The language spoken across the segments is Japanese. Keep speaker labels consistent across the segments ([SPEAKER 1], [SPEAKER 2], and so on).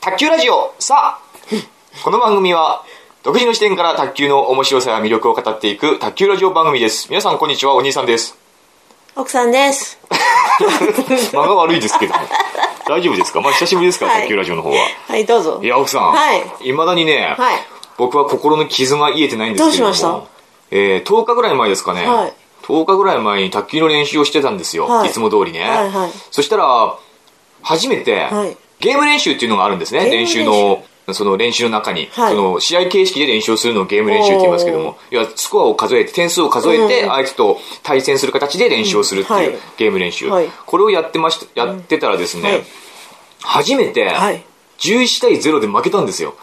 [SPEAKER 1] 卓球ラジオさあこの番組は独自の視点から卓球の面白さや魅力を語っていく卓球ラジオ番組です皆さんこんにちはお兄さんです
[SPEAKER 2] 奥さんです。
[SPEAKER 1] 間が悪いですけど大丈夫ですかまあ久しぶりですから、
[SPEAKER 2] はい
[SPEAKER 1] 卓球ラジオの方は
[SPEAKER 2] はい、どうぞ。
[SPEAKER 1] いや奥さん、、
[SPEAKER 2] はい
[SPEAKER 1] まだにね、
[SPEAKER 2] はい
[SPEAKER 1] 僕は心の傷が癒えてないんですけれども
[SPEAKER 2] どうしました
[SPEAKER 1] えー、10日ぐらい前ですかね、
[SPEAKER 2] はい
[SPEAKER 1] 10日ぐらい前に卓球の練習をしてたんですよ、
[SPEAKER 2] はい
[SPEAKER 1] い、つも通りね、
[SPEAKER 2] はいはい
[SPEAKER 1] そしたら初めて、
[SPEAKER 2] はい
[SPEAKER 1] ゲーム練習っていうのがあるんですね
[SPEAKER 2] ゲーム
[SPEAKER 1] 練
[SPEAKER 2] 練習
[SPEAKER 1] 習のその練習の中に、
[SPEAKER 2] はい
[SPEAKER 1] その試合形式で練習をするのをゲーム練習って言いますけどもいやスコアを数えて点数を数えて、
[SPEAKER 2] うん
[SPEAKER 1] あいつと対戦する形で練習をするっていう、
[SPEAKER 2] うんはい
[SPEAKER 1] ゲーム練習、
[SPEAKER 2] はい
[SPEAKER 1] これをやってましたやってたらですね、
[SPEAKER 2] はい
[SPEAKER 1] 初めて、
[SPEAKER 2] はい
[SPEAKER 1] 11対0で負けたんですよ。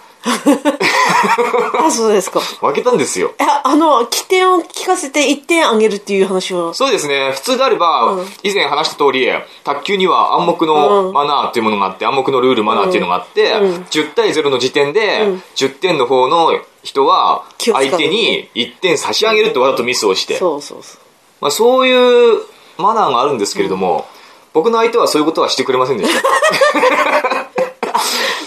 [SPEAKER 2] あ、そうですか。
[SPEAKER 1] 負けたんですよ。
[SPEAKER 2] え、あの、起点を聞かせて1点あげるっていう話は。
[SPEAKER 1] そうですね。普通であれば、
[SPEAKER 2] うん
[SPEAKER 1] 以前話した通り、卓球には暗黙の
[SPEAKER 2] うん
[SPEAKER 1] マナーっていうものがあって、暗黙のルールマナーっていうのがあって、
[SPEAKER 2] うん
[SPEAKER 1] 10対0の時点で、
[SPEAKER 2] うん
[SPEAKER 1] 10点の方の人は、
[SPEAKER 2] 気を使う
[SPEAKER 1] 相手に1点差し上げるってわざとミスをして、
[SPEAKER 2] そうそうそう。
[SPEAKER 1] まあ、そういうマナーがあるんですけれども、僕の相手はそういうことはしてくれませんで した。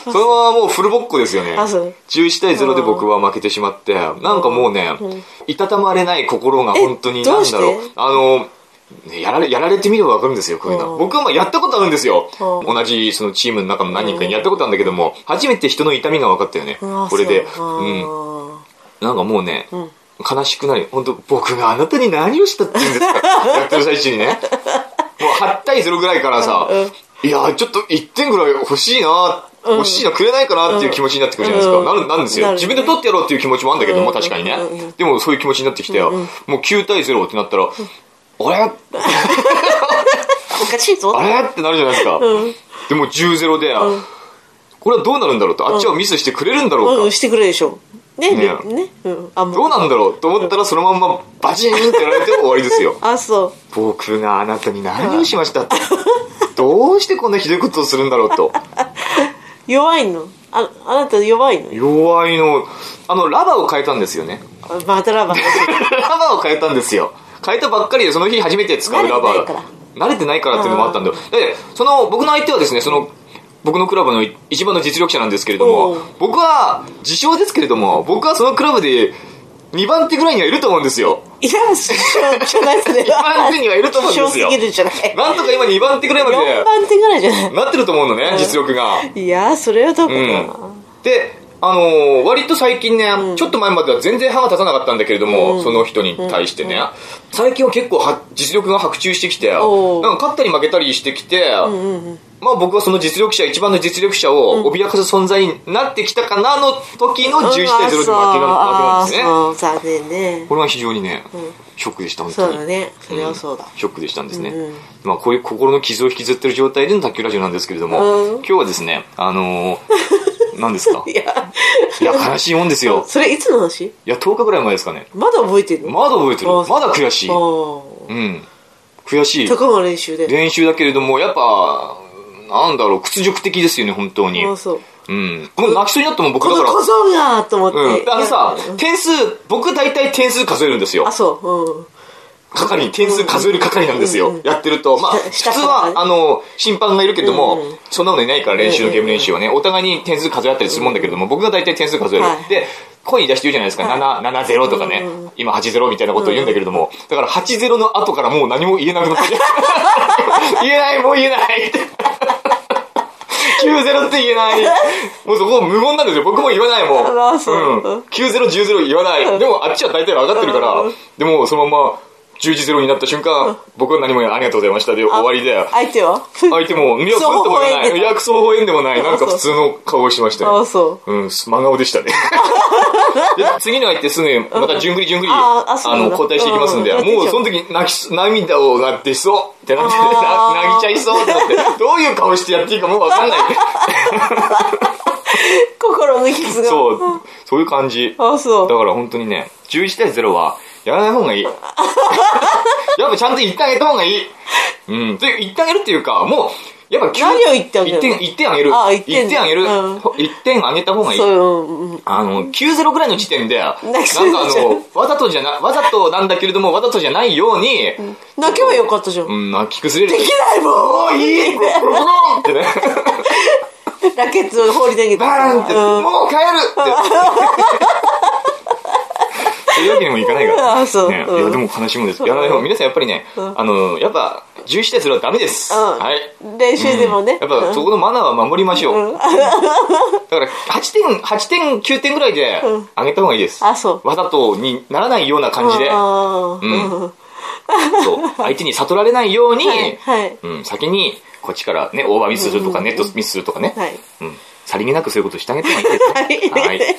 [SPEAKER 1] そのままもうフルボッコですよね。
[SPEAKER 2] あそう
[SPEAKER 1] 11対0で僕は負けてしまって、なんかもうね、いたたまれない心が本当に
[SPEAKER 2] え
[SPEAKER 1] な
[SPEAKER 2] どうんして
[SPEAKER 1] だろう。あの、ねやられ、やられてみればわかるんですよ、こういうの
[SPEAKER 2] う
[SPEAKER 1] は。
[SPEAKER 2] ん
[SPEAKER 1] 僕はまあやったことあるんですよ。
[SPEAKER 2] うん
[SPEAKER 1] 同じそのチームの中の何人かにやったことあるんだけども、初めて人の痛みが分かったよね。
[SPEAKER 2] あ
[SPEAKER 1] これで。
[SPEAKER 2] そう
[SPEAKER 1] うん。
[SPEAKER 2] あ
[SPEAKER 1] なんかもうね、
[SPEAKER 2] ん
[SPEAKER 1] 悲しくなり、本当僕があなたに何をしたって言うん ですかやってる最中にね。もう8対0ぐらいからさ、いやーちょっと1点ぐらい欲しいな、欲しいな、くれないかなっていう気持ちになってくるじゃないですか。
[SPEAKER 2] うん
[SPEAKER 1] なる、なんですよ。
[SPEAKER 2] なるね
[SPEAKER 1] 自分で取ってやろうっていう気持ちもあるんだけども、
[SPEAKER 2] うん
[SPEAKER 1] 確かにね
[SPEAKER 2] うんうん。
[SPEAKER 1] でもそういう気持ちになってきて、もう9対0ってなったら、あれ
[SPEAKER 2] ーおかしいぞ。
[SPEAKER 1] あれってなるじゃないですか。でも10ゼ0で、これはどうなるんだろうと、あっちはミスしてくれるんだろうか
[SPEAKER 2] うん、してくれるでしょ。ね、
[SPEAKER 1] ね
[SPEAKER 2] ね、ね。うん。あ、
[SPEAKER 1] ど
[SPEAKER 2] も
[SPEAKER 1] う
[SPEAKER 2] う。
[SPEAKER 1] なんだろうと思ったらそのまんまバチーンってやられて終わりですよ
[SPEAKER 2] あ、そう。
[SPEAKER 1] 僕があなたに何をしましたってどうしてこんなひどいことをするんだろうと
[SPEAKER 2] 弱いの。あ、あなた弱いの。
[SPEAKER 1] 弱いのあのラバーを変えたんですよね
[SPEAKER 2] あまたラバー。
[SPEAKER 1] ラバーを変えたんですよ変えたばっかりでその日初めて使うラバー慣れてないからっていうのもあったんだよでその僕の相手はですねその僕のクラブの一番の実力者なんですけれど
[SPEAKER 2] お
[SPEAKER 1] も
[SPEAKER 2] う
[SPEAKER 1] 僕は自称ですけれども僕はそのクラブで2番手ぐらいにはいると思うんですよ
[SPEAKER 2] いや、しょしょうがないですね。
[SPEAKER 1] 一番手にはいると思うんですよ
[SPEAKER 2] しょすぎるじゃない。
[SPEAKER 1] なんとか今2番手ぐらいま
[SPEAKER 2] 4
[SPEAKER 1] で
[SPEAKER 2] 番手ぐらいじゃな
[SPEAKER 1] なってると思うのね、実力が。
[SPEAKER 2] い。いや、それはどうか
[SPEAKER 1] う
[SPEAKER 2] な。
[SPEAKER 1] ん。で、あのー割と最近ね、ちょっと前までは全然歯が立たなかったんだけれども、その人に対してね、最近は結構は実力が白昼してきて、なん
[SPEAKER 2] おー
[SPEAKER 1] か勝ったり負けたりしてきて、まあ僕はその実力者、一番の実力者を脅かす存在になってきたかなの時の11対0で負けな負けなんですね。
[SPEAKER 2] あそう残念ね
[SPEAKER 1] これは非常にね、ショックでした、本当
[SPEAKER 2] そ
[SPEAKER 1] に。
[SPEAKER 2] うだねそれはそうだ、
[SPEAKER 1] ショックでしたんですね、
[SPEAKER 2] うん
[SPEAKER 1] まあ、こういう心の傷を引きずってる状態での卓球ラジオなんですけれども、
[SPEAKER 2] うん
[SPEAKER 1] 今日はですねあのー、何 ですか
[SPEAKER 2] いや
[SPEAKER 1] いや悲しいもんですよ
[SPEAKER 2] それいつの話
[SPEAKER 1] いや10日ぐらい前ですかね
[SPEAKER 2] まだ覚えてる
[SPEAKER 1] まだ覚えてる
[SPEAKER 2] あ
[SPEAKER 1] まだ悔しい
[SPEAKER 2] あ
[SPEAKER 1] う
[SPEAKER 2] ー
[SPEAKER 1] ん悔しい
[SPEAKER 2] 高の練習で
[SPEAKER 1] 練習だけれどもやっぱなんだろう屈辱的ですよね本当に
[SPEAKER 2] あそう
[SPEAKER 1] うんもう泣きそうになったもん僕
[SPEAKER 2] こ
[SPEAKER 1] だ
[SPEAKER 2] の
[SPEAKER 1] から
[SPEAKER 2] 小僧がと思って、
[SPEAKER 1] うん、あのさ
[SPEAKER 2] いや
[SPEAKER 1] 点数僕大体点数数えるんですよ
[SPEAKER 2] あそう
[SPEAKER 1] 係点数数える係なんですよ、
[SPEAKER 2] うんうん
[SPEAKER 1] やってるとまあ普
[SPEAKER 2] 下
[SPEAKER 1] 通
[SPEAKER 2] 下から
[SPEAKER 1] は
[SPEAKER 2] ね
[SPEAKER 1] あの審判がいるけども、
[SPEAKER 2] うんうん
[SPEAKER 1] そんなのいないから練習
[SPEAKER 2] う
[SPEAKER 1] の
[SPEAKER 2] んうん
[SPEAKER 1] ゲーム練習はねお互いに点数数え合ったりするもんだけれども僕が大体点数数える、
[SPEAKER 2] はい
[SPEAKER 1] で声に出して言うじゃないですか、770とかね、今80みたいなことを言うんだけれども、だから80の後からもう何も言えな くなって言えないもう言えない って90って言えないもうそこ無言なんですよ僕も言わないもん、
[SPEAKER 2] ああそうん
[SPEAKER 1] 9010言わないでもあっちは大体分かってるから
[SPEAKER 2] うん
[SPEAKER 1] でもそのまま10時0になった瞬間僕は何も言わないありがとうございましたで終わりで
[SPEAKER 2] うん相手は
[SPEAKER 1] 相手もいやずっ
[SPEAKER 2] クソ微笑
[SPEAKER 1] と
[SPEAKER 2] んでた
[SPEAKER 1] も言わないいやクソ微笑んでもないなんか普通の顔をしました
[SPEAKER 2] あ
[SPEAKER 1] よ
[SPEAKER 2] そ
[SPEAKER 1] うん、真顔でしたね。で次の相手すぐまたじゅんぐりじゅんぐり、
[SPEAKER 2] あーあそうなん
[SPEAKER 1] の、
[SPEAKER 2] だ
[SPEAKER 1] 交代していきますんで、
[SPEAKER 2] うん
[SPEAKER 1] もうその時泣きそう、涙をなってそうってなって、
[SPEAKER 2] あー
[SPEAKER 1] な泣いちゃいそうってなって、どういう顔してやっていいかもうわかんない。
[SPEAKER 2] う心の傷が
[SPEAKER 1] そう、そういう感じ。
[SPEAKER 2] あそ
[SPEAKER 1] だ
[SPEAKER 2] う
[SPEAKER 1] から本当にね、11対0はやらない方が いい。やっぱちゃんと言ってあげた方がいい。うん。で、言ってあげるっていうか、もう、やっぱ急
[SPEAKER 2] 何を言ってあげるの
[SPEAKER 1] 言って言ってあげる。
[SPEAKER 2] あ言って
[SPEAKER 1] 言
[SPEAKER 2] んだ
[SPEAKER 1] ってあげる。
[SPEAKER 2] うん
[SPEAKER 1] 言ってあげた方がいい。
[SPEAKER 2] そううんうん
[SPEAKER 1] あの、90ぐらいの時点で、なんか
[SPEAKER 2] 泣きそうになっ
[SPEAKER 1] あ
[SPEAKER 2] ちゃう
[SPEAKER 1] の、わざとじゃな、わざとなんだけれども、わざとじゃないように、
[SPEAKER 2] 泣けばよかったじゃん、
[SPEAKER 1] うん、泣き崩れ
[SPEAKER 2] で
[SPEAKER 1] る
[SPEAKER 2] き。ないもん
[SPEAKER 1] いいってね。
[SPEAKER 2] ラケットを放り投げて。
[SPEAKER 1] バーンって、
[SPEAKER 2] うん
[SPEAKER 1] もう帰る って。そういうわけにもいかないから。
[SPEAKER 2] あそう
[SPEAKER 1] ね
[SPEAKER 2] うん
[SPEAKER 1] いや、でも悲しむんです。いや、でも皆さんやっぱりね、あの、やっぱ、重視してそれはダメです。
[SPEAKER 2] うん
[SPEAKER 1] はい。
[SPEAKER 2] 練習でもね。
[SPEAKER 1] うんやっぱそこのマナーは守りましょう。 だから、8点、8点、9点ぐらいで上げた方がいいです。
[SPEAKER 2] あそう
[SPEAKER 1] わざとにならないような感じで、
[SPEAKER 2] あーうん
[SPEAKER 1] そう相手に悟られないように、
[SPEAKER 2] はいはい
[SPEAKER 1] うん、先にこっちからね、オーバーミスするとか、ネットミスするとかね、
[SPEAKER 2] はい
[SPEAKER 1] うん、さりげなくそういうことしてあげてもいいですね。
[SPEAKER 2] はい
[SPEAKER 1] はい。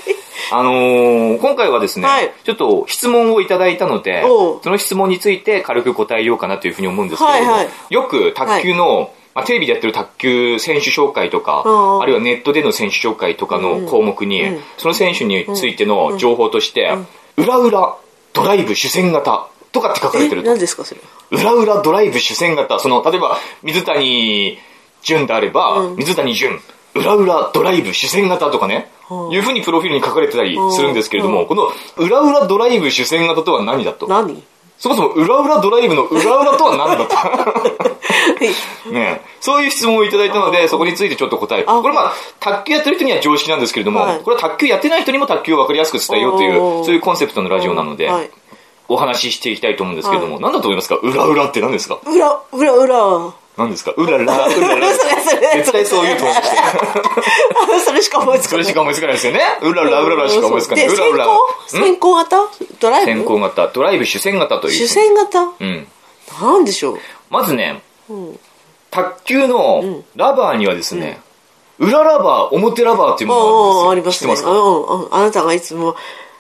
[SPEAKER 1] あのー今回はですね、
[SPEAKER 2] はい
[SPEAKER 1] ちょっと質問をいただいたので
[SPEAKER 2] おう、
[SPEAKER 1] その質問について軽く答えようかなというふうに思うんですけれども、
[SPEAKER 2] はいはい
[SPEAKER 1] よく卓球の、まあ、テレビでやってる卓球選手紹介とか、
[SPEAKER 2] うん
[SPEAKER 1] あるいはネットでの選手紹介とかの項目に、その選手についての情報として、裏裏、ドライブ、主戦型とかって書かれて
[SPEAKER 2] え、
[SPEAKER 1] ると
[SPEAKER 2] 何ですか、それ。
[SPEAKER 1] 裏裏ドライブ主戦型、その、例えば、水谷淳であれば、水谷淳、裏裏ドライブ主戦型とかね、いうふうにプロフィールに書かれてたりするんですけれども、この裏裏ドライブ主戦型とは何だと。
[SPEAKER 2] 何
[SPEAKER 1] そもそも裏裏ドライブの裏裏とは何 だと。ねえ、そういう質問をいただいたので、そこについてちょっと答える。
[SPEAKER 2] あ
[SPEAKER 1] これまあ、卓球やってる人には常識なんですけれども、
[SPEAKER 2] はい
[SPEAKER 1] これは卓球やってない人にも卓球を分かりやすく伝えようという、
[SPEAKER 2] おー
[SPEAKER 1] そういうコンセプトのラジオなので、
[SPEAKER 2] はい
[SPEAKER 1] お話ししていきたいと思うんですけれども、何だと思いますか裏裏って何ですか
[SPEAKER 2] 裏、裏、裏。
[SPEAKER 1] 何ですかうらら、うらら。
[SPEAKER 2] それそれ
[SPEAKER 1] 絶対そう言うと思いまし
[SPEAKER 2] あ それしか思いつ
[SPEAKER 1] た。そ
[SPEAKER 2] か
[SPEAKER 1] れ
[SPEAKER 2] ない。
[SPEAKER 1] しか思いつかないですよね。うらら、うららしか思いつかない。
[SPEAKER 2] で
[SPEAKER 1] うらうら。
[SPEAKER 2] 先行先行型ドライブ
[SPEAKER 1] 先行型、ドライブ主戦型という。
[SPEAKER 2] 主戦型
[SPEAKER 1] うん。
[SPEAKER 2] なんでしょう
[SPEAKER 1] まずね、卓球のラバーにはですね、裏ラバー、表ラバーっていうもの
[SPEAKER 2] うんうん
[SPEAKER 1] があ
[SPEAKER 2] あ
[SPEAKER 1] る
[SPEAKER 2] り
[SPEAKER 1] んで
[SPEAKER 2] ますす
[SPEAKER 1] よ。
[SPEAKER 2] ね
[SPEAKER 1] 知ってます
[SPEAKER 2] う
[SPEAKER 1] か
[SPEAKER 2] んうんあなたがいつも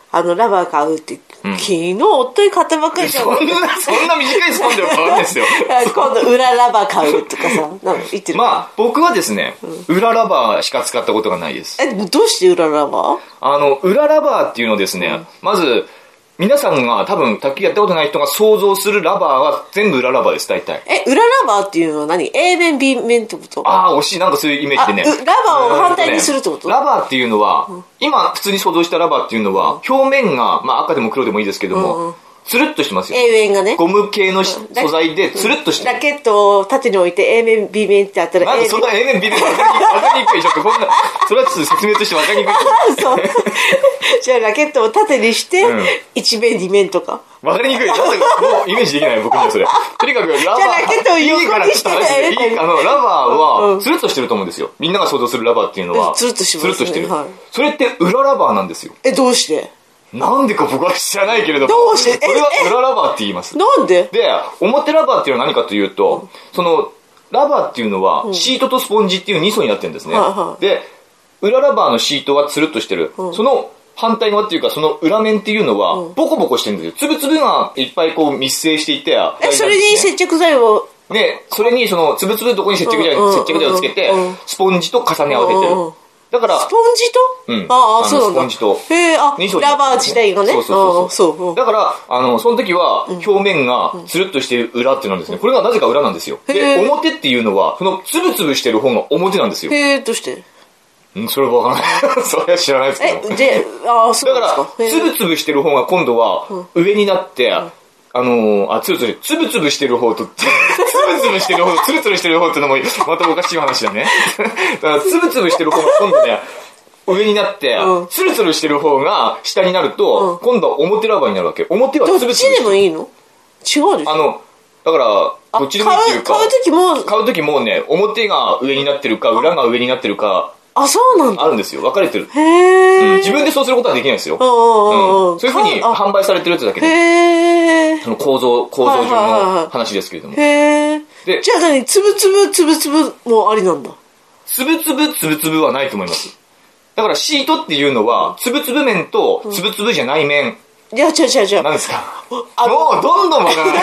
[SPEAKER 2] あのラバー買うって、昨日夫に買ったばっかりじゃん
[SPEAKER 1] そんな、そんな短いスパンでは変わらない ですよ。
[SPEAKER 2] あ 今度裏ラバー買うとかさなんか言ってる、
[SPEAKER 1] まあ、僕はですね、裏ラバーしか使ったことがないです。
[SPEAKER 2] えどうして裏ラバー
[SPEAKER 1] あの、裏ラバーっていうのはですね、まず、皆さんが多分卓球やったことない人が想像するラバーは全部裏ラバーです、大体。
[SPEAKER 2] え裏ラバーっていうのは何 A 面 B 面ってこと
[SPEAKER 1] ああ、惜しい、なんかそういうイメージでね
[SPEAKER 2] あう。ラバーを反対にするってこ
[SPEAKER 1] う
[SPEAKER 2] と
[SPEAKER 1] んラバーっていうのは、今普通に想像したラバーっていうのは、表面が、まあ赤でも黒でもいいですけど
[SPEAKER 2] うんう
[SPEAKER 1] も
[SPEAKER 2] ん、
[SPEAKER 1] つるっとしてますよ。
[SPEAKER 2] A 面がね
[SPEAKER 1] ゴム系のし
[SPEAKER 2] うん
[SPEAKER 1] 素材でつるっとして
[SPEAKER 2] ラケットを縦に置いて A 面 B 面ってあったら
[SPEAKER 1] なん
[SPEAKER 2] A
[SPEAKER 1] かそんな A 面 B 面分かりにくい、ちょっとこんな、それはちょっと説明として分かりにくい。
[SPEAKER 2] そう。 じゃあラケットを縦にして
[SPEAKER 1] ん、
[SPEAKER 2] 1面2面とか。
[SPEAKER 1] わかりにくい。なんでもうイメージできない、僕もそれ。とにかく、ラバー。
[SPEAKER 2] じゃあラケットを横にし
[SPEAKER 1] い
[SPEAKER 2] て
[SPEAKER 1] いからちょっと話していいあの、ラバー
[SPEAKER 2] う
[SPEAKER 1] は、
[SPEAKER 2] ん
[SPEAKER 1] つるっとしてると思うんですよ。みんなが想像するラバーっていうのは。
[SPEAKER 2] つるっとしてます
[SPEAKER 1] つるっと
[SPEAKER 2] ね
[SPEAKER 1] してる
[SPEAKER 2] はい
[SPEAKER 1] それって裏ラバーなんですよ。
[SPEAKER 2] え、どうして
[SPEAKER 1] なんでか僕は知らないけれども。
[SPEAKER 2] どうしてえ
[SPEAKER 1] それは裏ラバーって言います。
[SPEAKER 2] なんで
[SPEAKER 1] で、表ラバーっていうのは何かというと、その、ラバーっていうのは、シートとスポンジっていう2層になってるんですね
[SPEAKER 2] はいは。い
[SPEAKER 1] で、裏ラバーのシートはつるっとしてる。その反対側っていうか、その裏面っていうのは、ボコボコしてるんですよ。粒々がいっぱいこう密生していて、
[SPEAKER 2] え、それに接着剤を、
[SPEAKER 1] で、それにその、粒々のとこに接着剤
[SPEAKER 2] うんうん
[SPEAKER 1] 接着剤をつけて
[SPEAKER 2] うん、
[SPEAKER 1] スポンジと重ね合わせて
[SPEAKER 2] うんうん
[SPEAKER 1] る。だから、
[SPEAKER 2] スポンジと
[SPEAKER 1] うん
[SPEAKER 2] あ
[SPEAKER 1] あの
[SPEAKER 2] あ、そうなんだ。
[SPEAKER 1] スポンジと
[SPEAKER 2] へえ、あ
[SPEAKER 1] 二層、にな
[SPEAKER 2] ラ
[SPEAKER 1] ってる
[SPEAKER 2] バー自体がね。
[SPEAKER 1] そうそうそう
[SPEAKER 2] うんうん
[SPEAKER 1] だから、あの、その時は、表面がつるっとしてる裏ってなんですね。これがなぜか裏なんですよ。
[SPEAKER 2] へ
[SPEAKER 1] で、
[SPEAKER 2] ー
[SPEAKER 1] 表っていうのは、その、つぶつぶしてる方が表なんですよ。
[SPEAKER 2] へえ、どうして
[SPEAKER 1] うん、それはわからない。 それは知らないですけど。
[SPEAKER 2] え、で、ああ、そう
[SPEAKER 1] だか
[SPEAKER 2] なん
[SPEAKER 1] ら、
[SPEAKER 2] です
[SPEAKER 1] つ
[SPEAKER 2] か。へえ
[SPEAKER 1] ぶつぶしてる方が今度は、上になって、あのー、あ、つぶつぶ、つぶつぶしてる方と、つぶつぶしてる方と、つぶつぶしてる方ってのも、またおかしい話だね。 だから、つぶつぶしてる方が今度ね、上になって
[SPEAKER 2] うん、
[SPEAKER 1] つるつるしてる方が下になると、今度は表ラバーになるわけ。表はつぶ
[SPEAKER 2] どっ
[SPEAKER 1] つぶ
[SPEAKER 2] ち
[SPEAKER 1] して
[SPEAKER 2] でもいいの違うでし
[SPEAKER 1] あ
[SPEAKER 2] ょ
[SPEAKER 1] の、だから、
[SPEAKER 2] あ
[SPEAKER 1] どっちでもいいっていうか、
[SPEAKER 2] 買う、買う時も、
[SPEAKER 1] 買う時もね、表が上になってるか、裏が上になってるか、
[SPEAKER 2] あ、そうなんだ。
[SPEAKER 1] あるんですよ。分かれてる。
[SPEAKER 2] へえ。
[SPEAKER 1] 自分でそうすることはできないですよ。
[SPEAKER 2] うんうんうん
[SPEAKER 1] う
[SPEAKER 2] うんん。
[SPEAKER 1] そういうふうに
[SPEAKER 2] 買あ
[SPEAKER 1] 販売されてるってだけで。
[SPEAKER 2] へえ。
[SPEAKER 1] その構造、構造
[SPEAKER 2] はいはい
[SPEAKER 1] 上
[SPEAKER 2] はいは
[SPEAKER 1] の
[SPEAKER 2] い
[SPEAKER 1] 話ですけれども。
[SPEAKER 2] へえ
[SPEAKER 1] で。
[SPEAKER 2] じゃあ何つぶつぶつぶつぶもありなんだ。
[SPEAKER 1] つぶつぶつぶつぶはないと思います。だからシートっていうのは、つぶつぶ面とつぶつぶじゃない面
[SPEAKER 2] いや、違う違う 違う。
[SPEAKER 1] なんですか。も
[SPEAKER 2] あの
[SPEAKER 1] うどんどんわからない。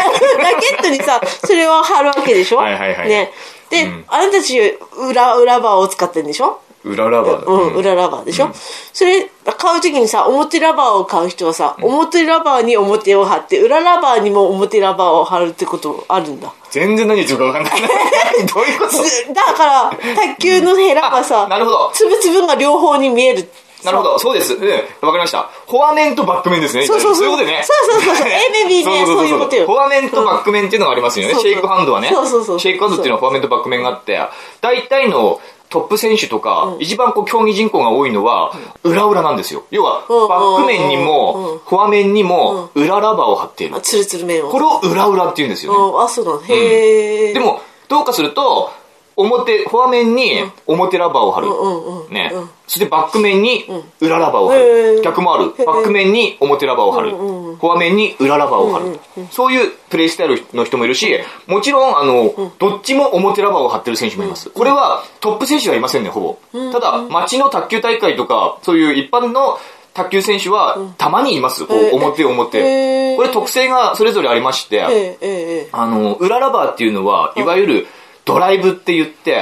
[SPEAKER 2] ラケットにさ、それを貼るわけでしょ
[SPEAKER 1] はいはいはい
[SPEAKER 2] ね。で、あなたたち裏、裏バーを使ってんでしょ
[SPEAKER 1] 裏ラバーだ。
[SPEAKER 2] うん、
[SPEAKER 1] うん
[SPEAKER 2] 裏ラバーでしょ、それ、買うときにさ、表ラバーを買う人はさ、表ラバーに表を貼って、裏ラバーにも表ラバーを貼るってことあるんだ。
[SPEAKER 1] 全然何言ってるかわかんない。 どういうこと
[SPEAKER 2] つだから、卓球のヘラが
[SPEAKER 1] あ
[SPEAKER 2] さ、
[SPEAKER 1] なるほど
[SPEAKER 2] つぶつぶが両方に見える。
[SPEAKER 1] なるほど、そうです。うん。わかりました。フォア面とバック面ですね。
[SPEAKER 2] そうそうそう
[SPEAKER 1] いうことね。
[SPEAKER 2] そうそ うそう A 面 B 面そういうことよ
[SPEAKER 1] フォア面とバック面っていうのがありますよね。
[SPEAKER 2] そう
[SPEAKER 1] シ
[SPEAKER 2] そう
[SPEAKER 1] ェイクハンドはね。
[SPEAKER 2] そうそうそう
[SPEAKER 1] シェイクハンドっていうのはフォア面とバック面があって、大体のトップ選手とか、一番こう競技人口が多いのは、裏裏なんですよ。要は、
[SPEAKER 2] うん
[SPEAKER 1] バック面に
[SPEAKER 2] う
[SPEAKER 1] も、フォア面にも、裏ラバーを貼っている
[SPEAKER 2] あ。つるつる面を
[SPEAKER 1] これを裏裏って言うんですよね。
[SPEAKER 2] ああそうなのへえ、
[SPEAKER 1] でも、どうかすると、表、フォア面に表ラバーを貼る。
[SPEAKER 2] うんうんうん
[SPEAKER 1] ね。そしてバック面に裏ラバーを貼
[SPEAKER 2] へ
[SPEAKER 1] る。
[SPEAKER 2] ー
[SPEAKER 1] 逆もある
[SPEAKER 2] へ。ー
[SPEAKER 1] バック面に表ラバーを貼る。
[SPEAKER 2] うん
[SPEAKER 1] フォア面に裏ラバーを貼る。そういうプレイスタイルの人もいるし、もちろん、あの、どっちも表ラバーを貼ってる選手もいます。これはトップ選手はいませんね、ほぼ。ただ、街の卓球大会とか、そういう一般の卓球選手はたまにいます。こ
[SPEAKER 2] へ
[SPEAKER 1] う
[SPEAKER 2] ー
[SPEAKER 1] 表
[SPEAKER 2] へ
[SPEAKER 1] 表。
[SPEAKER 2] ー
[SPEAKER 1] これ特性がそれぞれありまして。
[SPEAKER 2] ええええ
[SPEAKER 1] あの、裏ラバーっていうのは、いわゆるドライブって言って、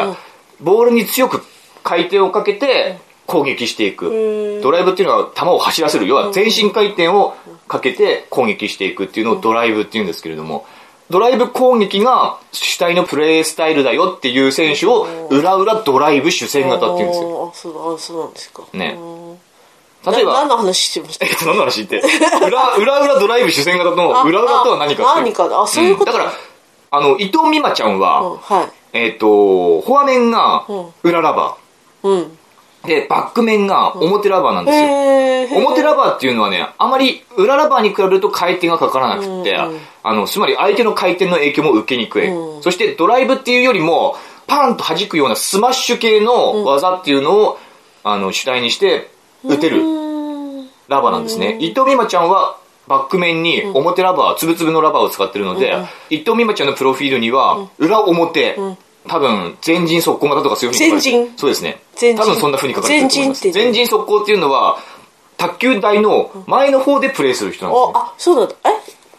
[SPEAKER 1] ボールに強く回転をかけて攻撃していく。ドライブっていうのは球を走らせる。要は全身回転をかけて攻撃していくっていうのをドライブっていうんですけれども、ドライブ攻撃が主体のプレースタイルだよっていう選手を、裏裏ドライブ主戦型っていうんですよ。
[SPEAKER 2] ああそうだあそうなんですか
[SPEAKER 1] ね
[SPEAKER 2] うん
[SPEAKER 1] 例えば
[SPEAKER 2] な、何の話してまし た
[SPEAKER 1] えっと、何の話って、裏、裏裏ドライブ主戦型の
[SPEAKER 2] あ
[SPEAKER 1] 裏裏とは何か
[SPEAKER 2] あ
[SPEAKER 1] っていう
[SPEAKER 2] 何。かだあそういうこと、
[SPEAKER 1] だから、あの、伊藤美誠ちゃんは、
[SPEAKER 2] うんはい
[SPEAKER 1] えっ、と、フォア面が
[SPEAKER 2] うん
[SPEAKER 1] 裏ラバ
[SPEAKER 2] うん
[SPEAKER 1] ー。で、バック面が表ラバーなんですよ。
[SPEAKER 2] へえ
[SPEAKER 1] 表ラバーっていうのはね、あまり裏ラバーに比べると回転がかからなくって、
[SPEAKER 2] うん
[SPEAKER 1] あの、つまり相手の回転の影響も受けにくい。
[SPEAKER 2] うん
[SPEAKER 1] そしてドライブっていうよりも、パンと弾くようなスマッシュ系の技っていうのを、あの、主体にして打てる
[SPEAKER 2] る
[SPEAKER 1] ラバーなんですね。伊藤美誠ちゃんはバック面に表ラバー、つぶつぶのラバーを使ってるので、伊藤美誠ちゃんのプロフィールには、裏表、多分、前陣速攻型とかそういうふうに書かれてる
[SPEAKER 2] 前陣
[SPEAKER 1] そうですね。
[SPEAKER 2] 前陣
[SPEAKER 1] 多分そんなふうに書かれてると思います。
[SPEAKER 2] 前陣って
[SPEAKER 1] 前陣速攻っていうのは、卓球台の前の方でプレーする人なんです
[SPEAKER 2] あ
[SPEAKER 1] ね。
[SPEAKER 2] あそうなんだ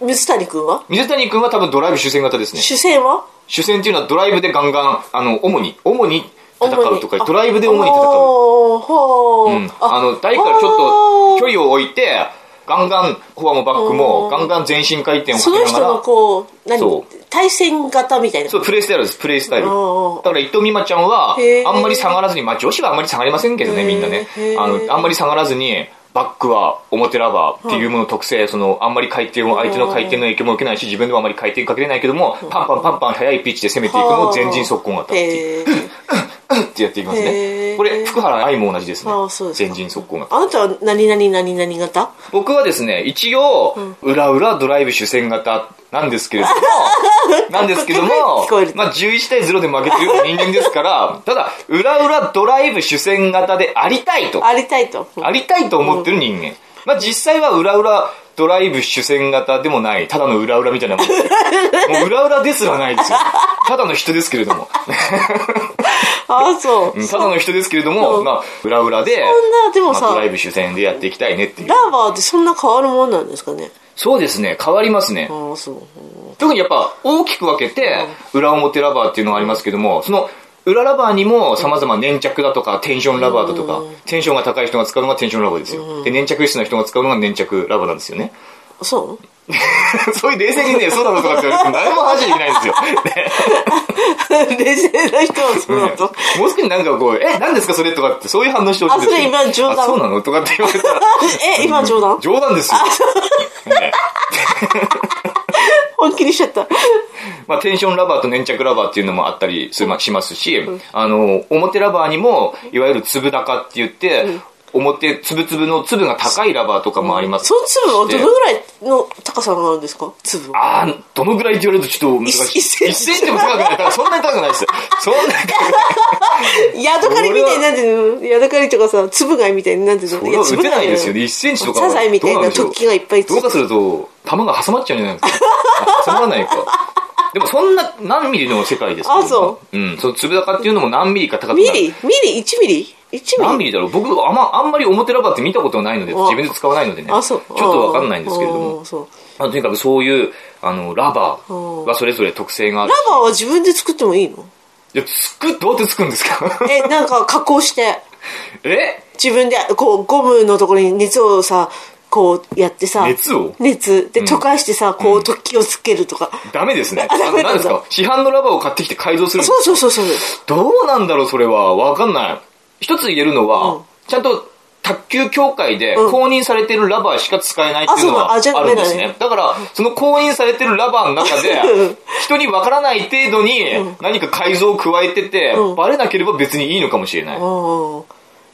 [SPEAKER 2] え水谷君は
[SPEAKER 1] 水谷君は多分ドライブ主戦型ですね。
[SPEAKER 2] 主戦は
[SPEAKER 1] 主戦っていうのはドライブでガンガン、あの、主に、主に戦うとか、ドライブで主に戦う。
[SPEAKER 2] うほう、
[SPEAKER 1] うんあの台からちょっと距離を置いてガンガンフォアもバックも
[SPEAKER 2] うん
[SPEAKER 1] ガンガン全身回転をか
[SPEAKER 2] その
[SPEAKER 1] けな
[SPEAKER 2] 人
[SPEAKER 1] が
[SPEAKER 2] の
[SPEAKER 1] ら
[SPEAKER 2] こう何
[SPEAKER 1] そう
[SPEAKER 2] 対戦型みたいな
[SPEAKER 1] そうプレイスタイルですプレイスタイルだ
[SPEAKER 2] うんうんうん
[SPEAKER 1] から伊藤美誠ちゃんは
[SPEAKER 2] へー
[SPEAKER 1] あんまり下がらずにまあ女子はあんまり下がりませんけどね
[SPEAKER 2] へー
[SPEAKER 1] みんなね
[SPEAKER 2] へー
[SPEAKER 1] あのあんまり下がらずにバックは表ラバーっていうものの特性そのあんまり回転を相手の回転の影響も受けないし自分でもあんまり回転かけれないけどもパンパンパンパン速いピッチで攻めていくのを前陣速攻型っていう
[SPEAKER 2] へー
[SPEAKER 1] ってやっていきます
[SPEAKER 2] へ
[SPEAKER 1] ね
[SPEAKER 2] ー
[SPEAKER 1] これ福原愛も同じですね
[SPEAKER 2] あーそうですか
[SPEAKER 1] 前陣速攻型
[SPEAKER 2] あなたは何々何々型
[SPEAKER 1] 僕はですね、一応、裏裏ドライブ主戦型なんですけれど も、なんですけども
[SPEAKER 2] 聞こえる、
[SPEAKER 1] まあ11対0で負けてるような人間ですから、 ただ、裏裏ドライブ主戦型でありたいと、
[SPEAKER 2] ありたいと
[SPEAKER 1] ありたいと思ってる人間。まあ実際は裏裏ドライブ主戦型でもない、ただの裏裏みたいなもん ですよもう裏裏ですらないですよ。ただの人ですけれども。
[SPEAKER 2] あそう、
[SPEAKER 1] うんただの人ですけれども、
[SPEAKER 2] うん
[SPEAKER 1] まあ裏裏で、
[SPEAKER 2] そんなでも
[SPEAKER 1] まあ
[SPEAKER 2] さ、
[SPEAKER 1] ドライブ主戦でやっていきたいねっていう
[SPEAKER 2] ラ。バーってそんな変わるもんなんですかね
[SPEAKER 1] そうですね、変わりますね。
[SPEAKER 2] ああそう
[SPEAKER 1] 特にやっぱ大きく分けて裏表ラバーっていうのがありますけどもその裏ラバーにも様々粘着だとかテンションラバーだとかテンションが高い人が使うのがテンションラバーですよで粘着質の人が使うのが粘着ラバーなんです よね
[SPEAKER 2] そう
[SPEAKER 1] そういう冷静にねそうだろうとかって言われても誰も話できないんですよ、ね
[SPEAKER 2] 冷静な人はそうだと、
[SPEAKER 1] もう少しなんかこう「え何ですかそれ?」とかってそういう反応してほしいんですけど
[SPEAKER 2] あそれ今冗談
[SPEAKER 1] あそうなの?」とかって言われたら
[SPEAKER 2] え今冗談
[SPEAKER 1] 冗談ですよ、ね
[SPEAKER 2] 本気にしちゃった
[SPEAKER 1] まあ、テンションラバーと粘着ラバーっていうのもあったりするまあしますし、あの、表ラバーにも、いわゆる粒高って言って、表、粒々の粒が高いラバーとかもあります。
[SPEAKER 2] その粒はどのぐらいの高さがあるんですか粒は
[SPEAKER 1] ああ、どのぐらいって言われるとちょっと難しい。
[SPEAKER 2] 一センチ
[SPEAKER 1] 一センチも高くない。だからそんなに高くないです。そんなに高くない。
[SPEAKER 2] ヤドカリみたいになってるのヤドカリとかさ粒貝みたいになってるの
[SPEAKER 1] それは打てないですよね。
[SPEAKER 2] いや
[SPEAKER 1] 1センチとか
[SPEAKER 2] サ
[SPEAKER 1] は。
[SPEAKER 2] ザエみたい
[SPEAKER 1] どう
[SPEAKER 2] なん
[SPEAKER 1] でしょう
[SPEAKER 2] 突起がいっぱいついて
[SPEAKER 1] どうかすると、弾が挟まっちゃうんじゃない ですか。あ挟まらないか。でもそんな何ミリの世界です。
[SPEAKER 2] あそう
[SPEAKER 1] うん。その粒高っていうのも何ミリか高くなる。
[SPEAKER 2] ミリミリ1ミリ1ミリ
[SPEAKER 1] 何ミリだろう僕あんま、あんまり表ラバーって見たことないので、自分で使わないのでね。
[SPEAKER 2] あそう
[SPEAKER 1] ちょっとわかんないんですけれど
[SPEAKER 2] あ
[SPEAKER 1] も。
[SPEAKER 2] そう
[SPEAKER 1] あとにかくそういう、あの、ラバーはそれぞれ特性がある
[SPEAKER 2] ラ。バーは自分で作ってもいいの
[SPEAKER 1] いや、つく、どうやってつくんですか
[SPEAKER 2] えなんか加工して
[SPEAKER 1] え
[SPEAKER 2] 自分でこうゴムのところに熱をさこうやってさ
[SPEAKER 1] 熱を
[SPEAKER 2] 熱で溶かしてさ、こう突起をつけるとか、
[SPEAKER 1] ダメですね。
[SPEAKER 2] ダメなんだ
[SPEAKER 1] 何ですか市販のラバーを買ってきて改造するんです
[SPEAKER 2] そうそうそうそう
[SPEAKER 1] どうなんだろう、それは。わかんない。一つ言えるのは、
[SPEAKER 2] うん
[SPEAKER 1] ちゃんと卓球協会で公認されてるラバーしか使えないっていうのは
[SPEAKER 2] あそうだあじゃあ
[SPEAKER 1] あるんです
[SPEAKER 2] ダメだ
[SPEAKER 1] ね。だから、その公認されてるラバーの中 で
[SPEAKER 2] うん、
[SPEAKER 1] 人にわからない程度に何か改造を加えてて、バレなければ別にいいのかもしれない。
[SPEAKER 2] うん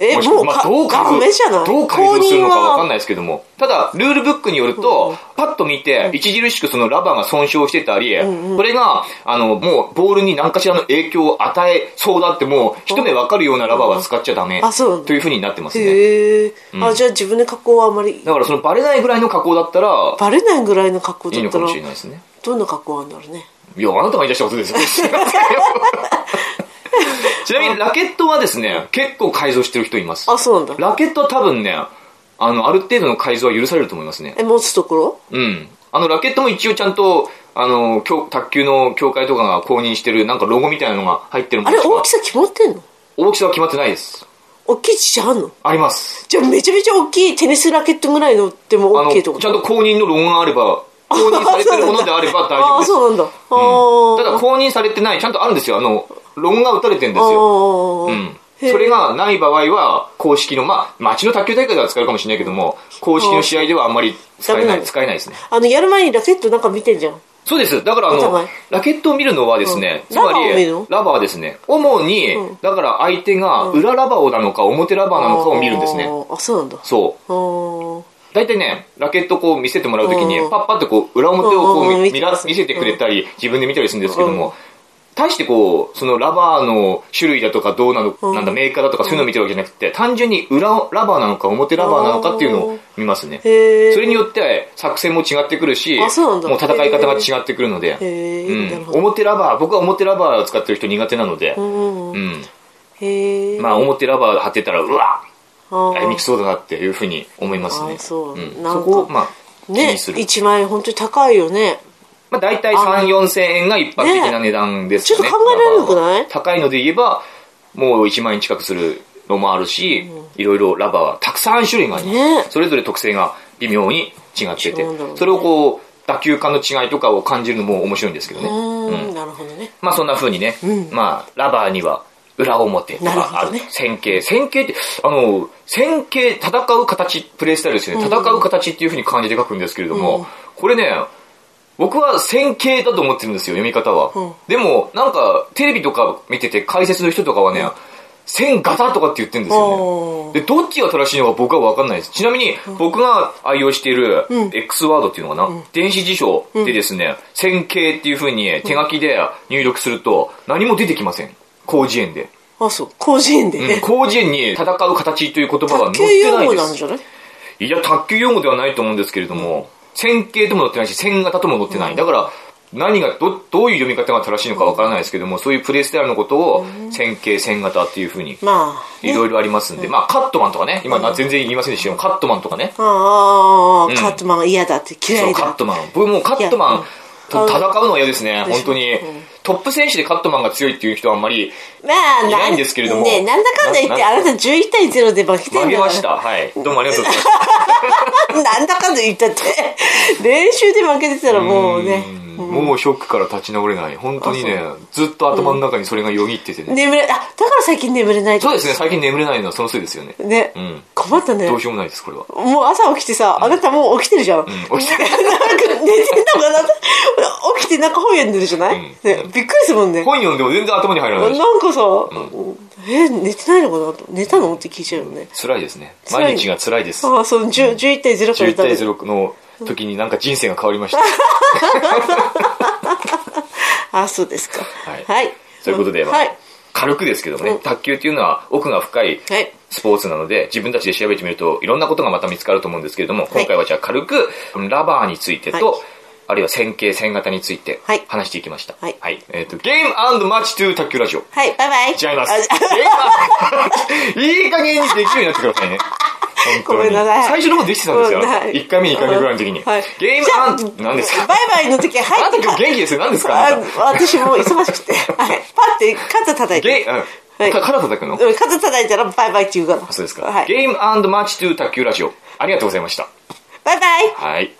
[SPEAKER 2] え
[SPEAKER 1] もし
[SPEAKER 2] もう
[SPEAKER 1] まあ、
[SPEAKER 2] か
[SPEAKER 1] どう改
[SPEAKER 2] ダメじゃな
[SPEAKER 1] 造
[SPEAKER 2] い
[SPEAKER 1] どう改造するのかわかん
[SPEAKER 2] ない
[SPEAKER 1] ないですけども。ただ、ルールブックによる
[SPEAKER 2] うん
[SPEAKER 1] と、パッと見て、著しくそのラバーが損傷してたり、これが、あの、もうボールに何かしらの影響を与えそうだって、もう一目わかるようなラバーは使っちゃダメ
[SPEAKER 2] うんあそうなんだ
[SPEAKER 1] というふうになってますね。
[SPEAKER 2] へえ、あじゃあ自分で加工はあまり
[SPEAKER 1] だからそのバレないぐらいの加工だったら、
[SPEAKER 2] バレないぐらいの格好
[SPEAKER 1] いい
[SPEAKER 2] だ
[SPEAKER 1] の
[SPEAKER 2] った
[SPEAKER 1] かも
[SPEAKER 2] ら
[SPEAKER 1] しれないですね。
[SPEAKER 2] どんな格好なんだろうね
[SPEAKER 1] いや、あなたが言い出したことですよ。 ちなみにラケットはですね、結構改造してる人います。
[SPEAKER 2] あそうなんだ
[SPEAKER 1] ラケットは多分ね、あの、ある程度の改造は許されると思いますね。
[SPEAKER 2] え持つところ
[SPEAKER 1] うん。あの、ラケットも一応ちゃんと、あの、きょ卓球の協会とかが公認してる、なんかロゴみたいなのが入ってるも
[SPEAKER 2] あ
[SPEAKER 1] のし
[SPEAKER 2] れ
[SPEAKER 1] か
[SPEAKER 2] 大きさ決まってんの
[SPEAKER 1] 大きさは決まってないです。
[SPEAKER 2] 大きいちっちゃあんの
[SPEAKER 1] あります。
[SPEAKER 2] じゃあめちゃめちゃ大きいテニスラケットぐらいのでも
[SPEAKER 1] あの、ち
[SPEAKER 2] OK と
[SPEAKER 1] ゃん
[SPEAKER 2] か
[SPEAKER 1] と公認のロゴがあれば、公認されてるものであれば大丈夫
[SPEAKER 2] あ
[SPEAKER 1] で
[SPEAKER 2] あ
[SPEAKER 1] す。
[SPEAKER 2] そうなんだ、
[SPEAKER 1] ただ
[SPEAKER 2] あ
[SPEAKER 1] 公認されてない、ちゃんとあるんですよ。あの、ロゴが打たれてるんですよ。
[SPEAKER 2] ああ、
[SPEAKER 1] うん。
[SPEAKER 2] へえ
[SPEAKER 1] それがない場合は、公式の、まあ、町の卓球大会では使えるかもしれないけども、公式の試合ではあんまり使えな、
[SPEAKER 2] ダメないの
[SPEAKER 1] 使えないですね。
[SPEAKER 2] あのやる前にラケットなんか見てんじゃん
[SPEAKER 1] そうです。だから、あ
[SPEAKER 2] お互
[SPEAKER 1] の
[SPEAKER 2] い、
[SPEAKER 1] ラケットを見るのはですね、
[SPEAKER 2] うん
[SPEAKER 1] つま
[SPEAKER 2] ラバーを見るの
[SPEAKER 1] り、ラバーですね。主に、だから相手が裏ラバーなのか表ラバーなのかを見るんですね。
[SPEAKER 2] あそうなんだあ
[SPEAKER 1] そう。
[SPEAKER 2] あ
[SPEAKER 1] 大体ね、ラケットこう見せてもらうときに
[SPEAKER 2] うん、
[SPEAKER 1] パッパってこう、裏表をこ
[SPEAKER 2] うんうん
[SPEAKER 1] う
[SPEAKER 2] 見
[SPEAKER 1] 見
[SPEAKER 2] て
[SPEAKER 1] 見
[SPEAKER 2] ま
[SPEAKER 1] ら
[SPEAKER 2] す
[SPEAKER 1] 見せてくれたり、自分で見たりするんですけども、大してこう、そのラバーの種類だとかどうなの、
[SPEAKER 2] ん
[SPEAKER 1] なんだ、メーカーだとかそういうのを見てるわけじゃなくて、単純に裏ラバーなのか表ラバーなのかっていうのを見ますね。
[SPEAKER 2] へえ
[SPEAKER 1] それによって作戦も違ってくるし、
[SPEAKER 2] あそうなんだ
[SPEAKER 1] もう戦い方が違ってくるので、
[SPEAKER 2] へえなるほ
[SPEAKER 1] うん、
[SPEAKER 2] ど
[SPEAKER 1] 表ラバー僕は表ラバーを使ってる人苦手なので、
[SPEAKER 2] うんうん
[SPEAKER 1] うん
[SPEAKER 2] へえ
[SPEAKER 1] まあ、表ラバー貼ってたらうわ
[SPEAKER 2] あ
[SPEAKER 1] あいみきそうだなっていうふうに思いますね
[SPEAKER 2] あそう
[SPEAKER 1] うん、
[SPEAKER 2] なん
[SPEAKER 1] そ
[SPEAKER 2] か
[SPEAKER 1] こをまあ気
[SPEAKER 2] ね
[SPEAKER 1] にする、
[SPEAKER 2] 1万円本当に高いよね
[SPEAKER 1] まあ、大体3 4千円が一般的な値段ですかね
[SPEAKER 2] ねちょっと考えられなくない
[SPEAKER 1] ラバーは高いので言えばもう1万円近くするのもあるし、いろいろラバーはたくさん種類があります、
[SPEAKER 2] ね
[SPEAKER 1] それぞれ特性が微妙に違って
[SPEAKER 2] 違
[SPEAKER 1] て、
[SPEAKER 2] うんだろうね
[SPEAKER 1] それをこう打球感の違いとかを感じるのも面白いんですけど
[SPEAKER 2] う
[SPEAKER 1] ね、
[SPEAKER 2] ーんなるほどね
[SPEAKER 1] まあそんな風にね、
[SPEAKER 2] うん
[SPEAKER 1] まあラバーには裏表とかある
[SPEAKER 2] なるほどね
[SPEAKER 1] 線形。線形って、あの、線形、戦う形、プレイスタイルですよね。戦う形っていう風に漢字で書くんですけれども、これね、僕は線形だと思ってるんですよ、読み方は。
[SPEAKER 2] うん
[SPEAKER 1] でも、なんか、テレビとか見てて解説の人とかはね、線型とかって言ってるんですよ
[SPEAKER 2] おー
[SPEAKER 1] ね。で、どっちが正しいのか僕は分かんないです。ちなみに、僕が愛用している
[SPEAKER 2] うん、
[SPEAKER 1] X ワードっていうのかな、電子辞書でですね、線形っていう風に手書きで入力すると、何も出てきません。広辞苑で。
[SPEAKER 2] あそう広辞苑で
[SPEAKER 1] うん
[SPEAKER 2] ね
[SPEAKER 1] 広辞苑に戦う形という言葉は載っ
[SPEAKER 2] 卓球
[SPEAKER 1] て
[SPEAKER 2] 用
[SPEAKER 1] ない
[SPEAKER 2] 語
[SPEAKER 1] で
[SPEAKER 2] なん
[SPEAKER 1] す。
[SPEAKER 2] じゃない
[SPEAKER 1] いや、卓球用語ではないと思うんですけれども、線形とも載ってないし、線型とも載ってない。だから、何がど、どういう読み方が正しいのかわからないですけども、そういうプレイスタイルのことを、線形、線型っていう風に
[SPEAKER 2] まあね
[SPEAKER 1] いろいろありますんで、まあカットマンとかね、今な全然言いませんでしたけど、カットマンとかね、
[SPEAKER 2] ああ
[SPEAKER 1] ん
[SPEAKER 2] カットマンが嫌だって嫌
[SPEAKER 1] そう
[SPEAKER 2] い
[SPEAKER 1] カ
[SPEAKER 2] だ
[SPEAKER 1] ットマン、僕もうカット
[SPEAKER 2] い
[SPEAKER 1] マ
[SPEAKER 2] や
[SPEAKER 1] ンと
[SPEAKER 2] うん
[SPEAKER 1] 戦うのは嫌ですね、
[SPEAKER 2] しょ
[SPEAKER 1] 本当に
[SPEAKER 2] うん。
[SPEAKER 1] トップ選手でカットマンが強いっていう人はあんまり
[SPEAKER 2] まあ
[SPEAKER 1] いないんですけれども
[SPEAKER 2] ねなんだかんだ言って
[SPEAKER 1] な
[SPEAKER 2] あなた11対0で負けて
[SPEAKER 1] 負
[SPEAKER 2] んだか
[SPEAKER 1] け
[SPEAKER 2] ら
[SPEAKER 1] ました。はい。どうもありがとうございまし
[SPEAKER 2] なんだかんだ言ったって練習で負けてたら
[SPEAKER 1] た。
[SPEAKER 2] もうね
[SPEAKER 1] うんもうショックから立ち直れない。本当にね、ずっと頭の中にそれがよぎっててね。
[SPEAKER 2] 眠れあだから最近眠れない
[SPEAKER 1] そうですね、最近眠れないのはそのせいですよね。
[SPEAKER 2] ね
[SPEAKER 1] うん
[SPEAKER 2] 困ったね
[SPEAKER 1] どうしようもないです、これは。
[SPEAKER 2] もう朝起きてさ、あなたもう起きてるじゃん。
[SPEAKER 1] 起きてる
[SPEAKER 2] なんか寝てんのかな起きてなんか本読んでるじゃない、
[SPEAKER 1] うん
[SPEAKER 2] ねびっくりするもんね。
[SPEAKER 1] 本読んでも全然頭に入らないし。
[SPEAKER 2] なんかさ、え、寝てないのかなと寝たのって聞いちゃうよね。
[SPEAKER 1] 辛いですね。
[SPEAKER 2] 辛い
[SPEAKER 1] 毎日が辛いです。
[SPEAKER 2] ああ、その10 11対0から
[SPEAKER 1] 11
[SPEAKER 2] 言った
[SPEAKER 1] 対
[SPEAKER 2] の
[SPEAKER 1] 0の時になんか人生が変わりました。
[SPEAKER 2] ああ、そうですか。
[SPEAKER 1] はい
[SPEAKER 2] はい。
[SPEAKER 1] そういうことで、まあ
[SPEAKER 2] はい。
[SPEAKER 1] 軽くですけどもね、
[SPEAKER 2] うん
[SPEAKER 1] 卓球っていうのは奥が深い
[SPEAKER 2] はい
[SPEAKER 1] スポーツなので、自分たちで調べてみるといろんなことがまた見つかると思うんですけれども、今回はじゃあ軽くラバーについてと、
[SPEAKER 2] はい
[SPEAKER 1] あるいは線形線型について
[SPEAKER 2] はい
[SPEAKER 1] 話していきました。
[SPEAKER 2] はい
[SPEAKER 1] えっ、と、ゲームマッチトゥ卓球ラジオ。
[SPEAKER 2] はい、バイバイ。
[SPEAKER 1] 違います
[SPEAKER 2] あ。
[SPEAKER 1] ゲーム いい加減にできるようになってくださいね。本当
[SPEAKER 2] ごめん
[SPEAKER 1] に。
[SPEAKER 2] なさい
[SPEAKER 1] 最初の方できてたんですよ。
[SPEAKER 2] うんはい
[SPEAKER 1] 1回目、2回目ぐらいの時に。
[SPEAKER 2] はい
[SPEAKER 1] ゲ
[SPEAKER 2] じゃあ
[SPEAKER 1] ーム何ですか
[SPEAKER 2] バイバイの時は、
[SPEAKER 1] あな
[SPEAKER 2] は
[SPEAKER 1] た
[SPEAKER 2] い。
[SPEAKER 1] 今日元気ですよ。何ですかあなた
[SPEAKER 2] あ私もう忙しくて、はい、パッて肩叩い
[SPEAKER 1] ゲ
[SPEAKER 2] て、
[SPEAKER 1] ー、う
[SPEAKER 2] はい
[SPEAKER 1] ん。か肩叩くの
[SPEAKER 2] うん肩叩いたらバイバイって言うから。
[SPEAKER 1] あそうですか。
[SPEAKER 2] はい。
[SPEAKER 1] ゲームマッチトゥ卓球ラジオ。ありがとうございました。
[SPEAKER 2] バイバイ。
[SPEAKER 1] はい。